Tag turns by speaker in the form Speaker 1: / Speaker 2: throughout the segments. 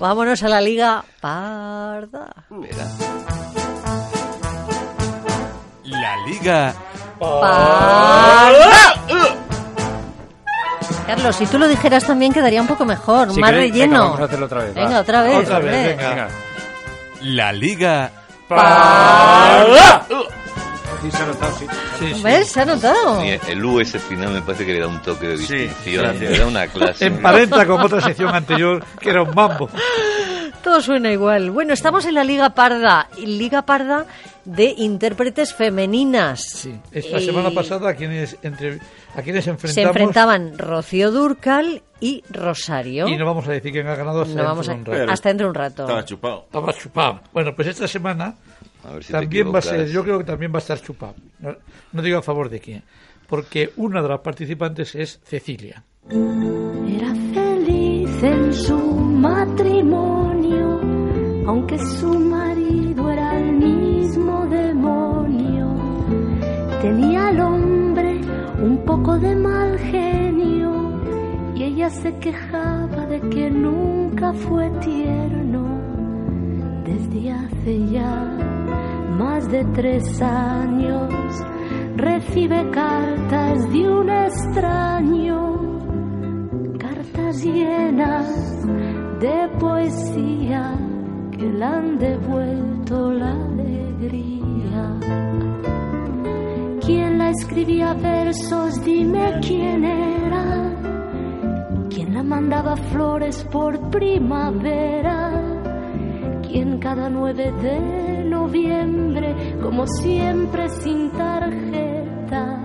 Speaker 1: Vámonos a la Liga Parda.
Speaker 2: Mira. La Liga.
Speaker 1: Carlos, si tú lo dijeras también quedaría un poco mejor,
Speaker 3: Si
Speaker 1: más
Speaker 3: queréis- venga,
Speaker 1: relleno.
Speaker 3: vamos a hacerlo otra vez. va.
Speaker 1: Venga, otra vez,
Speaker 3: Otra vez,
Speaker 1: hombre.
Speaker 3: venga.
Speaker 2: La Liga.
Speaker 3: Sí, se ha notado, sí. eh.
Speaker 1: ¿Ves? Se ha notado.
Speaker 4: Sí, el US final me parece que le da un toque de
Speaker 3: Sí,
Speaker 4: distinción,
Speaker 3: sí.
Speaker 4: le da una clase.
Speaker 3: Emparenta con otra sección anterior que era un mambo.
Speaker 1: Todo suena igual. Bueno, estamos en la Liga Parda, y Liga Parda de intérpretes femeninas. Eh,
Speaker 3: Sí. Esta
Speaker 1: Y
Speaker 3: semana pasada a quienes, entre, a quienes enfrentamos...
Speaker 1: se enfrentaban Rocío Durcal y Rosario.
Speaker 3: Y no vamos a decir quién ha ganado hasta
Speaker 1: No vamos a-
Speaker 3: dentro de
Speaker 4: Eh,
Speaker 3: un rato.
Speaker 1: hasta dentro de un rato.
Speaker 5: Estaba chupado.
Speaker 3: Estaba chupado. Bueno, pues esta semana
Speaker 4: A ver si te
Speaker 3: también va a ser,
Speaker 4: equivocas.
Speaker 3: yo creo que también va a estar chupado. No, no digo a favor de quién, porque una de las participantes es Cecilia.
Speaker 6: Era feliz en su matrimonio, aunque su marido era el mismo demonio. Tenía al hombre un poco de mal genio y ella se quejaba de que nunca fue tierno. Desde hace ya más de tres años recibe cartas de un extraño cartas llenas de poesía que le han devuelto la alegría. ¿Quién la escribía versos? Dime quién era. ¿Quién la mandaba flores por primavera? quien cada 9 de noviembre, como siempre sin tarjeta,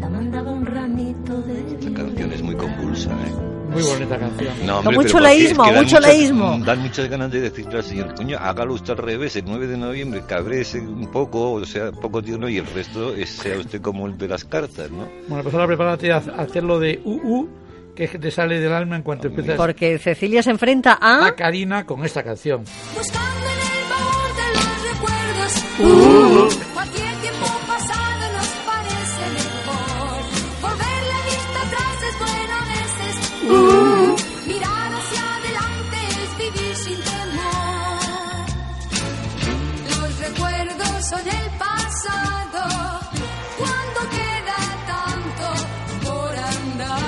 Speaker 6: la mandaba un ramito de
Speaker 4: Esta canción es muy convulsa, ¿eh?
Speaker 3: Muy bonita canción.
Speaker 4: No,
Speaker 1: Con mucho
Speaker 4: pero porque
Speaker 1: laísmo,
Speaker 4: dan
Speaker 1: mucho
Speaker 4: muchas-
Speaker 1: laísmo.
Speaker 4: Dan muchas ganas de decirle al señor, coño, hágalo usted al revés, el 9 de noviembre, cabrese un poco, o sea, poco tierno, y el resto es, sea usted como el de las cartas, ¿no?
Speaker 3: Bueno, pues ahora prepárate a a hacerlo de UU, que es que te sale del alma en cuanto empiezas
Speaker 1: Porque Cecilia se enfrenta a...
Speaker 3: a Karina con esta canción.
Speaker 7: Buscando en el baúl de los recuerdos. Cualquier tiempo pasado nos parece mejor. Volver la vista atrás es bueno a veces. Mirar hacia adelante es vivir sin temor. Los recuerdos son el pasado. Cuando queda tanto por andar.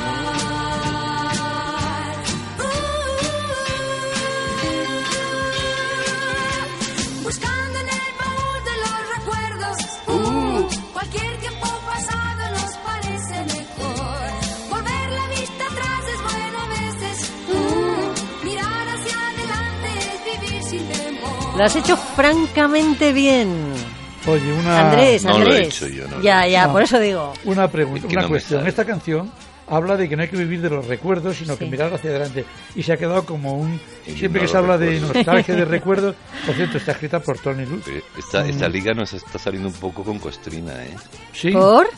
Speaker 7: Uh, buscando en el baúl de los recuerdos. Uh, cualquier tiempo pasado nos parece mejor. Volver la vista atrás es bueno a veces. Uh, mirar hacia adelante es vivir sin temor.
Speaker 1: Lo has hecho francamente bien.
Speaker 3: Oye, una,
Speaker 1: Andrés,
Speaker 4: no lo he
Speaker 1: Andrés.
Speaker 4: hecho yo, no lo
Speaker 1: ya,
Speaker 4: he
Speaker 1: ya,
Speaker 3: No.
Speaker 1: por eso digo.
Speaker 3: una pregunta,
Speaker 4: Es que
Speaker 3: una
Speaker 4: no me
Speaker 3: cuestión.
Speaker 4: sale.
Speaker 3: Esta canción habla de que no hay que vivir de los recuerdos, sino que
Speaker 1: Sí.
Speaker 3: mirar hacia adelante. Y se ha quedado como un...
Speaker 4: Y
Speaker 3: Siempre
Speaker 4: no
Speaker 3: que
Speaker 4: los
Speaker 3: se habla de
Speaker 4: recuerdos.
Speaker 3: nostalgia, de recuerdos, por cierto, está escrita por Tony Luz.
Speaker 4: Pero Esta, esta liga nos está saliendo un poco con costrina, ¿eh?
Speaker 3: Sí.
Speaker 1: ¿Por?
Speaker 4: Joder,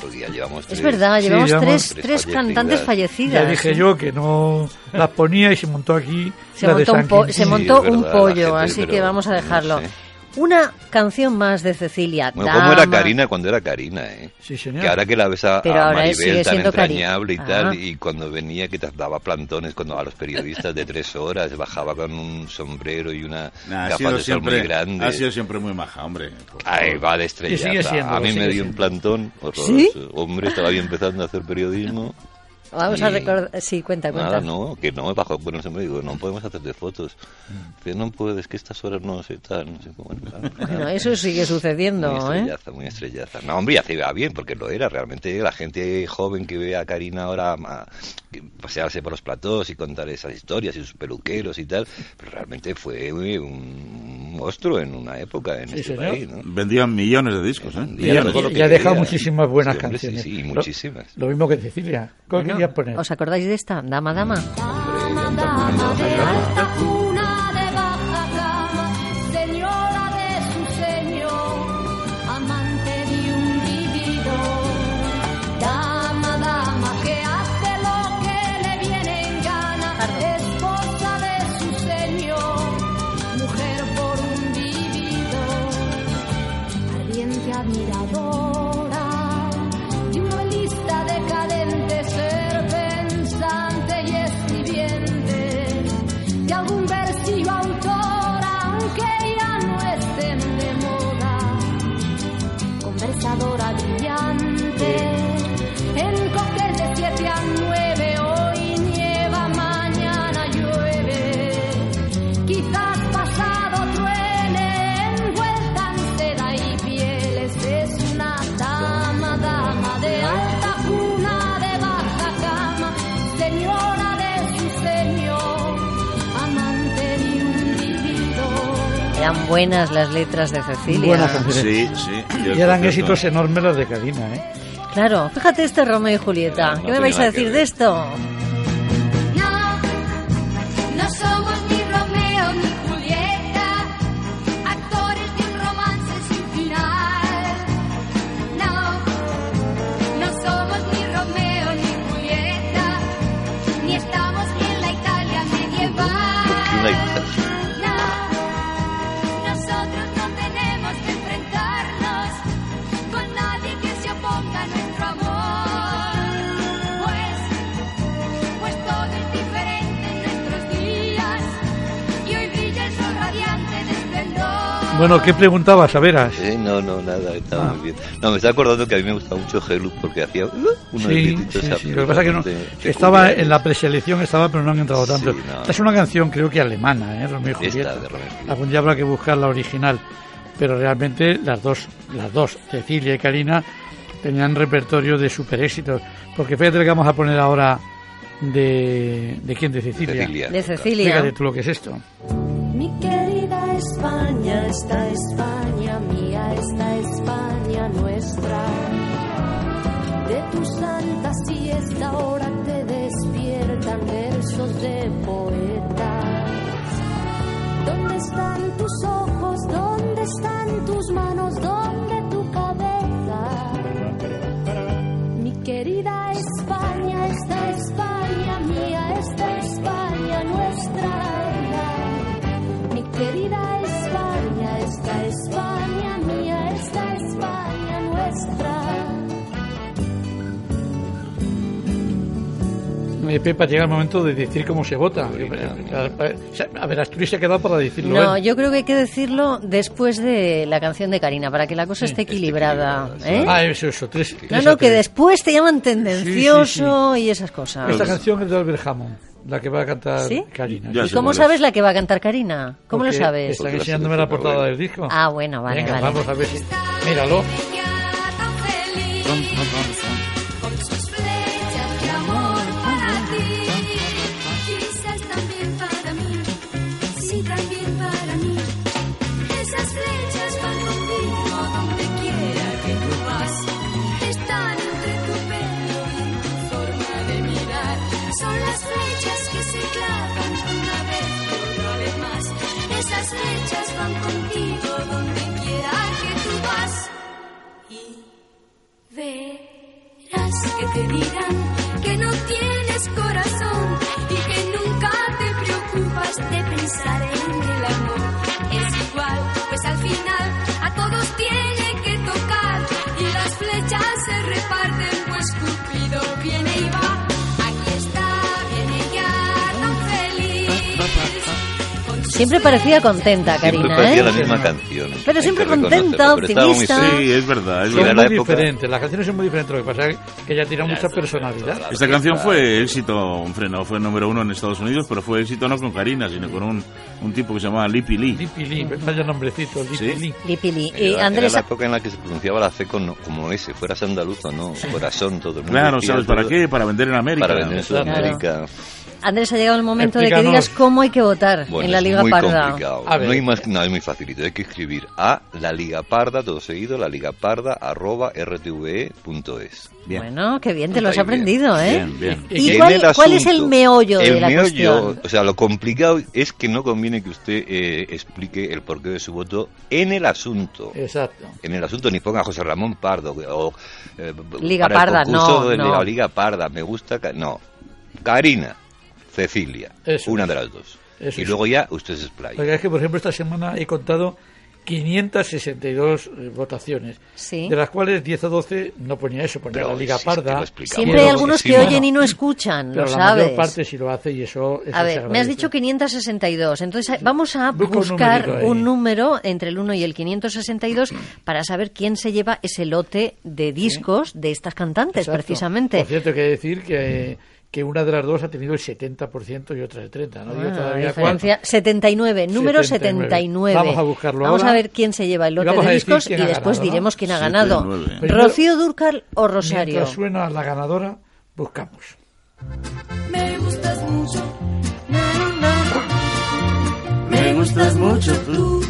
Speaker 4: Porque ya llevamos
Speaker 1: Es
Speaker 4: tres-
Speaker 1: verdad,
Speaker 3: Sí,
Speaker 1: llevamos
Speaker 3: llevamos
Speaker 1: tres,
Speaker 4: tres
Speaker 1: tres
Speaker 4: fallecidas.
Speaker 1: cantantes fallecidas.
Speaker 3: Ya dije yo que no las ponía y se montó aquí.
Speaker 1: Se
Speaker 3: la
Speaker 1: montó, un,
Speaker 3: de San
Speaker 1: po-
Speaker 3: Quintín.
Speaker 1: se
Speaker 4: Sí,
Speaker 1: montó
Speaker 4: es verdad,
Speaker 1: un
Speaker 4: la
Speaker 1: pollo,
Speaker 4: gente,
Speaker 1: así
Speaker 4: pero
Speaker 1: que vamos a
Speaker 4: no
Speaker 1: dejarlo.
Speaker 4: sé.
Speaker 1: Una canción más de Cecilia.
Speaker 4: Bueno, ¿Cómo era
Speaker 1: Dama.
Speaker 4: Karina cuando era Karina, eh?
Speaker 3: Sí, señor.
Speaker 4: Que ahora que la ves a,
Speaker 1: Pero
Speaker 4: a
Speaker 1: ahora sigue
Speaker 4: Maribel tan
Speaker 1: siendo Cari-
Speaker 4: entrañable y
Speaker 1: Ah.
Speaker 4: tal, y cuando venía que te daba plantones cuando a los periodistas de tres horas, bajaba con un sombrero y una
Speaker 5: Nah, ha,
Speaker 4: capa
Speaker 5: sido
Speaker 4: de sol muy
Speaker 5: siempre,
Speaker 4: grande.
Speaker 5: ha sido siempre muy maja, hombre. Por
Speaker 4: Ay,
Speaker 5: favor.
Speaker 4: va de
Speaker 3: Y sigue
Speaker 4: estrellata.
Speaker 3: siendo,
Speaker 4: a mí
Speaker 3: sigue
Speaker 4: me dio
Speaker 3: siendo.
Speaker 4: un plantón horroroso.
Speaker 1: ¿Sí?
Speaker 4: Hombre, estaba yo empezando a hacer periodismo.
Speaker 1: Vamos a
Speaker 4: Y-
Speaker 1: recordar. Sí, cuenta, cuenta.
Speaker 4: Nada, no, que no me bajó con el sombrero. Digo, no podemos hacerte fotos.
Speaker 5: Mm.
Speaker 4: Que no puedes, que estas horas no sé tal. No sé cómo. Claro, claro.
Speaker 1: Bueno, eso sigue sucediendo,
Speaker 4: Muy
Speaker 1: ¿eh?
Speaker 4: estrellaza, muy estrellaza. No, hombre, ya se va bien, porque lo era. Realmente la gente joven que ve a Karina ahora ma- que pasearse por los platós y contar esas historias y sus peluqueros y tal, pero realmente fue eh, un monstruo en una época en
Speaker 3: Sí,
Speaker 4: este
Speaker 3: señor.
Speaker 4: país, ¿no?
Speaker 5: Vendían millones de discos, ¿eh?
Speaker 4: Vendían
Speaker 3: Y ya,
Speaker 4: Mira, todo lo
Speaker 3: y
Speaker 4: que
Speaker 3: ya ha dejado
Speaker 4: quería.
Speaker 3: muchísimas buenas
Speaker 4: Sí, hombre, sí,
Speaker 3: canciones.
Speaker 4: sí,
Speaker 3: Lo-
Speaker 4: muchísimas.
Speaker 3: Lo, mismo que Cecilia. ¿Cuál
Speaker 1: Bueno,
Speaker 3: querías poner?
Speaker 1: ¿Os acordáis de esta? Dama, dama.
Speaker 4: Hombre,
Speaker 6: cama, de alta cuna, de baja cama, señora de su señor, amante de un vividor, dama, dama, que hace lo que le viene en gana, esposa de su señor, mujer por un vividor, ardiente admiradora de un novelista decadente, ser pensante y escribiente de algún versillo autora, aunque ya no estén de moda conversadora brillante. En cóctel de 7 a 9, hoy nieva, mañana llueve. Quizás pasado truene, envuelta en seda y pieles. Es una dama, dama de alta cuna, de baja cama, señora de su señor, amante de un vivido.
Speaker 1: Eran buenas las letras de Cecilia.
Speaker 3: Buenas canciones.
Speaker 5: Sí, sí.
Speaker 3: Y eran éxitos enormes las de Cadina, ¿eh?
Speaker 1: Claro, fíjate este Romeo y Julieta.
Speaker 5: No
Speaker 1: ¿Qué me
Speaker 5: tiene
Speaker 1: vais a
Speaker 5: nada que
Speaker 1: decir
Speaker 5: ver.
Speaker 1: de esto?
Speaker 7: No, no somos ni Romeo ni Julieta, actores de un romance sin final. No, no somos ni Romeo ni Julieta, ni estamos en la Italia medieval.
Speaker 4: Porque una-
Speaker 7: No, nosotros no tenemos que enfrentarnos con nadie que se oponga a nuestro amor, pues pues todo es diferente en nuestros días y hoy brilla el sol radiante de esplendor.
Speaker 3: Bueno, ¿qué preguntabas? A veras.
Speaker 4: Eh, no, no, nada, estaba muy bien. No, me está acordando que a mí me gustaba mucho Helus porque hacía uh, unos
Speaker 3: Sí,
Speaker 4: grititos
Speaker 3: sí, sí.
Speaker 4: absolutamente
Speaker 3: Lo que pasa es que no,
Speaker 4: peculiares.
Speaker 3: estaba en la preselección, estaba, pero no han entrado
Speaker 4: Sí,
Speaker 3: tanto.
Speaker 4: no.
Speaker 3: Esta es una canción, creo que alemana, ¿eh? Romeo y
Speaker 4: Esta,
Speaker 3: Julieta.
Speaker 4: de Romeo y Julieta.
Speaker 3: Algún día habrá que buscar la original. Pero realmente las dos, las dos, Cecilia y Karina, tenían repertorio de super éxitos. Porque fíjate lo que vamos a poner ahora de. ¿De quién? De Cecilia.
Speaker 4: Cecilia.
Speaker 1: De
Speaker 3: Fíjate
Speaker 1: Cecilia.
Speaker 3: tú lo que es esto.
Speaker 6: Mi querida España, esta España mía, esta España nuestra. De tu santa siesta ahora te despiertan versos de poetas. ¿Dónde están tus ojos? ¿Dónde están tus manos? ¿Dónde tu cabeza? Mi querida España, esta España mía, esta España nuestra. Mi querida España, esta España mía, esta España nuestra.
Speaker 3: Eh, Pepa, llega el momento de decir cómo se vota. Eh, O sea, A ver, Asturias se ha quedado para decirlo.
Speaker 1: No,
Speaker 3: ¿eh?
Speaker 1: yo creo que hay que decirlo después de la canción de Karina, para que la cosa esté equilibrada. ¿eh?
Speaker 3: Ah, eso, eso. Tres,
Speaker 1: No,
Speaker 3: tres a
Speaker 1: no, que
Speaker 3: tres.
Speaker 1: después te llaman tendencioso y esas
Speaker 4: Ah,
Speaker 1: cosas.
Speaker 3: Esta canción es de Albert Hammond, la que va a cantar
Speaker 1: ¿Sí?
Speaker 3: Karina.
Speaker 5: Ya
Speaker 1: ¿Y
Speaker 5: sé
Speaker 1: cómo
Speaker 5: cuál es.
Speaker 1: sabes la que va a cantar Karina? ¿Cómo lo
Speaker 3: Porque
Speaker 1: sabes?
Speaker 3: Están
Speaker 4: Porque la
Speaker 3: enseñándome la
Speaker 4: selección
Speaker 3: portada
Speaker 4: está buena.
Speaker 3: del disco.
Speaker 1: Ah, bueno, vale,
Speaker 3: Venga,
Speaker 1: vale.
Speaker 3: vamos a ver si... Míralo.
Speaker 7: Ella tan feliz con sus flechas de amor para ti, quizás también para mí, sí también para mí. Esas flechas van contigo donde quiera que tú vas, están entre tu pelo y en tu forma de mirar. Son las flechas que se clavan una vez y una vez más. Esas flechas van contigo donde quiera que tú vas. Y verás que te dirán que no tienes corazón y que nunca te preocupas de pensar en el amor. Es igual, pues al final a todos tiene que tocar y las flechas se reparten, pues Cupido viene y va. Aquí está, viene ya tan feliz. Con sus
Speaker 1: Siempre parecía contenta,
Speaker 4: Siempre
Speaker 1: Karina,
Speaker 4: parecía la
Speaker 1: ¿eh?
Speaker 4: misma canción.
Speaker 1: Pero
Speaker 4: hay
Speaker 1: siempre
Speaker 4: que reconocerlo,
Speaker 1: contenta,
Speaker 4: pero estaba muy
Speaker 1: optimista.
Speaker 4: feliz.
Speaker 5: Sí, es verdad, es
Speaker 4: Sí,
Speaker 5: verdad.
Speaker 3: Son
Speaker 4: la
Speaker 3: muy
Speaker 4: época-
Speaker 3: diferentes, las canciones son muy diferentes. Lo que pasa es que ella tiene mucha personalidad.
Speaker 5: Esta canción fue éxito, hombre, no fue número uno en Estados Unidos, pero fue éxito no con Karina, sino con un, un tipo que se llamaba Lippy Lee.
Speaker 3: Lipi Lee, vaya nombrecito, Lipi
Speaker 5: Sí.
Speaker 3: Lee.
Speaker 1: Lipili.
Speaker 4: Era-
Speaker 1: Y
Speaker 4: era
Speaker 1: Andrés,
Speaker 4: la época en la que se pronunciaba la C con, como S, fueras andaluz o no, corazón, todo el mundo.
Speaker 5: Claro,
Speaker 4: decía,
Speaker 5: ¿sabes para
Speaker 4: todo-
Speaker 5: qué? Para vender en América.
Speaker 4: Para vender en
Speaker 1: Claro.
Speaker 4: Sudamérica.
Speaker 1: Andrés, ha llegado el momento de que
Speaker 3: Explícanos.
Speaker 1: digas cómo hay que votar
Speaker 4: Bueno,
Speaker 1: en la
Speaker 4: es
Speaker 1: Liga
Speaker 4: muy
Speaker 1: Parda.
Speaker 4: complicado.
Speaker 3: A ver.
Speaker 4: No, hay más, no, es muy facilito. Hay que escribir a la Liga Parda, todo seguido, la Liga Parda, arroba rtve.es.
Speaker 5: Bien.
Speaker 1: Bueno, qué bien, te lo has
Speaker 4: Ahí, bien.
Speaker 1: aprendido, ¿eh?
Speaker 5: Bien, bien.
Speaker 1: ¿Y
Speaker 4: En
Speaker 1: cuál,
Speaker 4: el
Speaker 1: cuál es el
Speaker 4: asunto,
Speaker 1: meollo
Speaker 4: el
Speaker 1: de la
Speaker 4: meollo,
Speaker 1: cuestión?
Speaker 4: O sea, lo complicado es que no conviene que usted eh, explique el porqué de su voto en el asunto.
Speaker 3: Exacto.
Speaker 4: En el asunto ni ponga José Ramón Pardo o eh,
Speaker 1: Liga
Speaker 4: para el
Speaker 1: Parda,
Speaker 4: concurso
Speaker 1: no,
Speaker 4: de
Speaker 1: no.
Speaker 4: la Liga Parda, me gusta, Ca- no. Karina, Cecilia,
Speaker 3: Eso
Speaker 4: una
Speaker 3: es.
Speaker 4: de las dos.
Speaker 3: Eso
Speaker 4: y
Speaker 3: es.
Speaker 4: luego ya usted se explaya.
Speaker 3: Porque es que, por ejemplo, esta semana he contado 562 eh, votaciones,
Speaker 1: Sí.
Speaker 3: de las cuales 10 o 12 no ponía eso, ponía
Speaker 4: Pero
Speaker 3: la Liga
Speaker 4: sí, sí, te
Speaker 3: Parda.
Speaker 4: lo explicamos.
Speaker 1: Siempre hay
Speaker 4: Sí,
Speaker 1: algunos
Speaker 4: sí,
Speaker 1: que
Speaker 4: bueno.
Speaker 1: oyen y no escuchan,
Speaker 3: Pero
Speaker 1: lo
Speaker 3: la
Speaker 1: sabes.
Speaker 3: mayor parte sí lo hace y eso, eso
Speaker 1: A ver,
Speaker 3: se
Speaker 1: me has
Speaker 3: agradece.
Speaker 1: dicho 562. Entonces, vamos a
Speaker 3: Busca un
Speaker 1: buscar
Speaker 3: numerito ahí.
Speaker 1: un número entre el 1 y el 562 para saber quién se lleva ese lote de discos de estas cantantes,
Speaker 3: Exacto.
Speaker 1: precisamente.
Speaker 3: Por cierto, hay que decir que, que una de las dos ha tenido el 70% y otra el 30%. No digo
Speaker 1: Ah,
Speaker 3: todavía
Speaker 1: la
Speaker 3: cuál.
Speaker 1: diferencia. 79, número 79.
Speaker 3: 79. Vamos a buscarlo
Speaker 1: Vamos
Speaker 3: ahora.
Speaker 1: a ver quién se lleva el
Speaker 3: Y
Speaker 1: lote
Speaker 3: vamos
Speaker 1: de
Speaker 3: a decir
Speaker 1: discos y
Speaker 3: quién ha
Speaker 1: después
Speaker 3: ganado, ¿no?
Speaker 1: diremos quién ha ganado.
Speaker 5: 79.
Speaker 3: Primero-
Speaker 1: Rocío Durcal o Rosario.
Speaker 3: Mientras suena la ganadora, buscamos.
Speaker 7: Me gustas mucho,
Speaker 5: Me gustas mucho tú.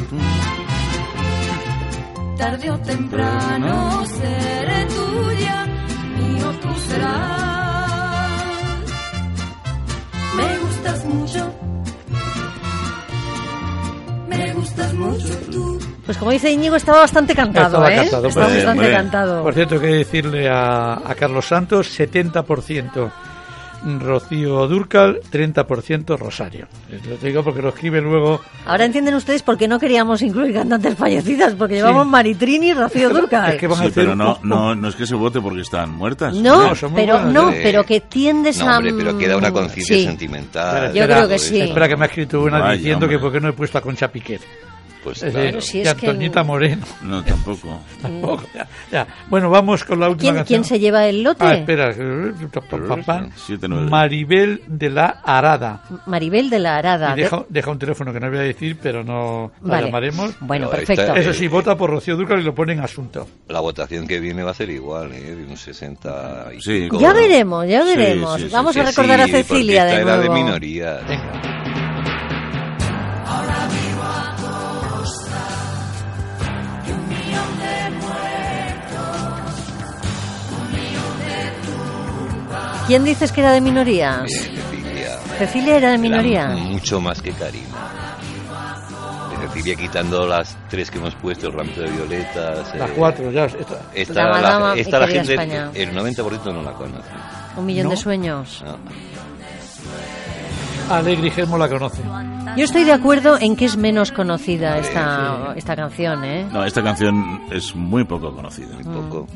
Speaker 7: tarde o temprano seré tuya, mío tú serás. Me gustas mucho, me gustas mucho tú.
Speaker 1: Pues como dice Íñigo, estaba bastante cantado,
Speaker 3: Estaba
Speaker 1: ¿eh?
Speaker 3: cantado,
Speaker 1: estaba
Speaker 5: pero-
Speaker 1: bastante
Speaker 5: hombre.
Speaker 1: cantado.
Speaker 3: Por cierto, hay que decirle a, a Carlos Santos 70%. Rocío Durcal, 30% Rosario. Eh, Lo digo porque lo escribe luego
Speaker 1: Ahora entienden ustedes por qué no queríamos incluir cantantes fallecidas, porque llevamos
Speaker 3: Sí.
Speaker 1: Maritrini y Rocío Durcal.
Speaker 3: Es que van a
Speaker 5: Sí,
Speaker 3: hacer
Speaker 5: pero
Speaker 3: un-
Speaker 5: no, no, no es que se vote porque están muertas.
Speaker 1: No,
Speaker 3: No, son muy
Speaker 1: pero
Speaker 3: buenas,
Speaker 1: no,
Speaker 4: eh.
Speaker 1: pero que tiendes
Speaker 4: No,
Speaker 1: a...
Speaker 4: hombre, pero queda una conciencia
Speaker 1: Sí.
Speaker 4: sentimental.
Speaker 3: Yo
Speaker 4: todo
Speaker 3: creo
Speaker 1: que
Speaker 4: eso.
Speaker 1: sí.
Speaker 3: Espera pues, que me ha escrito una
Speaker 5: Vaya,
Speaker 3: diciendo
Speaker 5: hombre.
Speaker 3: que por qué no he puesto a Concha Piquet.
Speaker 4: Pues
Speaker 3: Es
Speaker 4: claro.
Speaker 3: decir,
Speaker 1: si
Speaker 3: y
Speaker 1: es que-
Speaker 3: Antoñita Moreno.
Speaker 5: No, tampoco.
Speaker 3: Tampoco, ya, ya. Bueno, vamos con la última
Speaker 1: ¿Quién,
Speaker 3: canción.
Speaker 1: quién se lleva el lote?
Speaker 3: Ah, espera. Pa, pa, pa.
Speaker 5: Siete, nueve.
Speaker 3: Maribel de la Arada.
Speaker 1: Maribel de la Arada.
Speaker 3: Y deja, deja un teléfono que no voy a decir, pero no
Speaker 1: de-
Speaker 3: la
Speaker 1: Vale.
Speaker 3: llamaremos.
Speaker 1: Bueno,
Speaker 4: Pero ahí está-
Speaker 1: perfecto.
Speaker 3: Eso sí, vota por Rocío Durcal y lo pone en asunto.
Speaker 4: La votación que viene va a ser igual, ¿eh? De un 60 y
Speaker 5: Sí.
Speaker 4: pico.
Speaker 1: Ya veremos, ya
Speaker 5: Sí,
Speaker 1: veremos.
Speaker 5: sí, sí,
Speaker 1: Vamos
Speaker 4: Que
Speaker 1: a recordar
Speaker 4: sí,
Speaker 1: a
Speaker 4: porque
Speaker 1: Cecilia
Speaker 4: esta
Speaker 1: de
Speaker 4: era
Speaker 1: nuevo.
Speaker 4: de minoría.
Speaker 3: Venga.
Speaker 1: ¿Quién dices que era de minoría?
Speaker 4: Bien, Cecilia.
Speaker 1: Cecilia era de minoría.
Speaker 4: Era mucho más que Karina. De Cecilia quitando las tres que hemos puesto, el ramito de violetas.
Speaker 3: Las
Speaker 4: eh,
Speaker 3: cuatro, ya. esta-
Speaker 4: Esta
Speaker 1: La
Speaker 4: la,
Speaker 1: Madama y
Speaker 4: esta la
Speaker 1: Querida
Speaker 4: gente,
Speaker 1: España.
Speaker 4: el 90% no la conoce.
Speaker 1: Un millón
Speaker 3: ¿No?
Speaker 1: de sueños.
Speaker 4: No.
Speaker 3: Alegre y Germo la conoce.
Speaker 1: Yo estoy de acuerdo en que es menos conocida esta, esta canción, ¿eh?
Speaker 5: No, esta canción es muy poco conocida.
Speaker 1: Mm.
Speaker 4: Muy poco.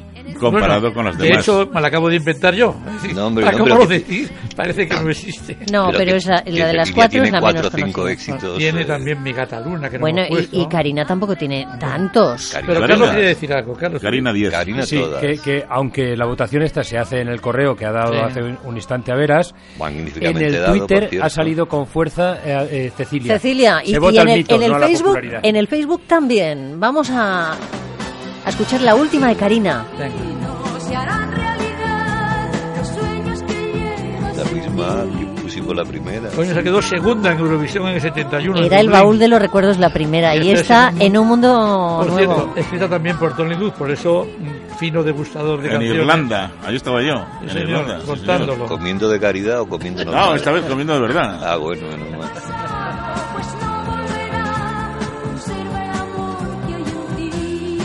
Speaker 5: Comparado
Speaker 3: Bueno,
Speaker 5: con las
Speaker 3: De
Speaker 5: demás.
Speaker 3: hecho, me la acabo de inventar yo. Es decir,
Speaker 4: No, hombre,
Speaker 3: la
Speaker 4: no,
Speaker 3: acabo
Speaker 4: pero
Speaker 3: de
Speaker 4: que-
Speaker 3: decir. Parece que no existe.
Speaker 1: No, pero,
Speaker 4: que-
Speaker 1: es la,
Speaker 4: que
Speaker 1: la de las
Speaker 4: Cecilia
Speaker 1: cuatro
Speaker 4: tiene
Speaker 1: es la
Speaker 4: cuatro
Speaker 1: menos
Speaker 4: o cinco
Speaker 1: conocida.
Speaker 4: éxitos.
Speaker 3: Tiene
Speaker 4: eh,
Speaker 3: también mi gata Luna, que no
Speaker 1: Bueno,
Speaker 3: hemos
Speaker 1: y,
Speaker 3: puesto.
Speaker 1: y Karina tampoco tiene tantos.
Speaker 4: Karina,
Speaker 3: Pero
Speaker 5: Karina.
Speaker 3: Carlos quiere decir algo, Carlos.
Speaker 5: Karina 10.
Speaker 4: Karina
Speaker 8: Sí,
Speaker 4: todas.
Speaker 8: que, que aunque la votación esta se hace en el correo que ha dado
Speaker 3: Sí.
Speaker 8: hace un, un instante a Veras, en
Speaker 4: Magníficamente
Speaker 8: el
Speaker 4: dado, por
Speaker 8: Twitter
Speaker 4: cierto.
Speaker 8: ha salido con fuerza eh, eh, Cecilia.
Speaker 1: Cecilia, y,
Speaker 8: Se
Speaker 1: y
Speaker 8: vota
Speaker 1: en, el,
Speaker 8: mito,
Speaker 1: en el
Speaker 8: no la
Speaker 1: Facebook,
Speaker 8: popularidad.
Speaker 1: en el Facebook también. Vamos a, a escuchar la última de Karina.
Speaker 3: Venga.
Speaker 7: No se harán realidad los sueños que llevas.
Speaker 4: La misma que pusimos la primera.
Speaker 3: Coño, se quedó segunda en Eurovisión en el 71. en
Speaker 1: Era el
Speaker 3: Dublín.
Speaker 1: baúl de los recuerdos la primera y
Speaker 3: Esta es
Speaker 1: esta
Speaker 3: un-
Speaker 1: en un mundo
Speaker 3: Por
Speaker 1: nuevo.
Speaker 3: cierto, escrita también por Tony Luz, por eso mm, fino degustador de
Speaker 5: En
Speaker 3: canciones.
Speaker 5: Irlanda. Ahí estaba yo.
Speaker 3: Sí,
Speaker 5: En
Speaker 3: señor,
Speaker 5: Irlanda. sí, señor.
Speaker 3: contándolo.
Speaker 4: ¿Comiendo de caridad o comiendo normal?
Speaker 5: No, esta vez comiendo de verdad.
Speaker 4: Ah, bueno, bueno, bueno.
Speaker 7: Pues no volverá, conserva el amor que hoy en ti.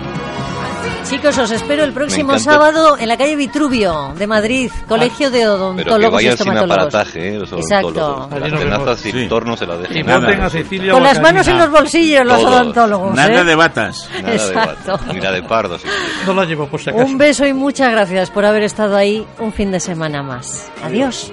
Speaker 7: Al fin
Speaker 1: Chicos, os espero el próximo
Speaker 4: encantó.
Speaker 1: sábado en la calle Vitruvio de Madrid, Colegio de
Speaker 4: Pero que
Speaker 1: Odontólogos y
Speaker 4: vayan sin
Speaker 1: Estomatólogos.
Speaker 4: aparataje, ¿eh? Los
Speaker 1: Exacto.
Speaker 4: odontólogos.
Speaker 3: Allí
Speaker 4: Las
Speaker 3: nos vemos.
Speaker 4: tenazas sin
Speaker 5: Sí.
Speaker 4: torno se las
Speaker 3: Y
Speaker 4: dejen.
Speaker 5: Nada,
Speaker 3: voten a
Speaker 5: resulta.
Speaker 3: Cecilia
Speaker 1: Con
Speaker 3: o a
Speaker 1: las manos en
Speaker 3: Karina.
Speaker 1: los bolsillos los
Speaker 4: Todos.
Speaker 1: odontólogos.
Speaker 5: Nada
Speaker 1: ¿eh?
Speaker 5: de batas.
Speaker 4: Nada
Speaker 1: Exacto.
Speaker 4: de pato. Ni la de pardo. si quieres.
Speaker 3: No la llevo por si acaso.
Speaker 1: Un beso y muchas gracias por haber estado ahí un fin de semana más. Adiós.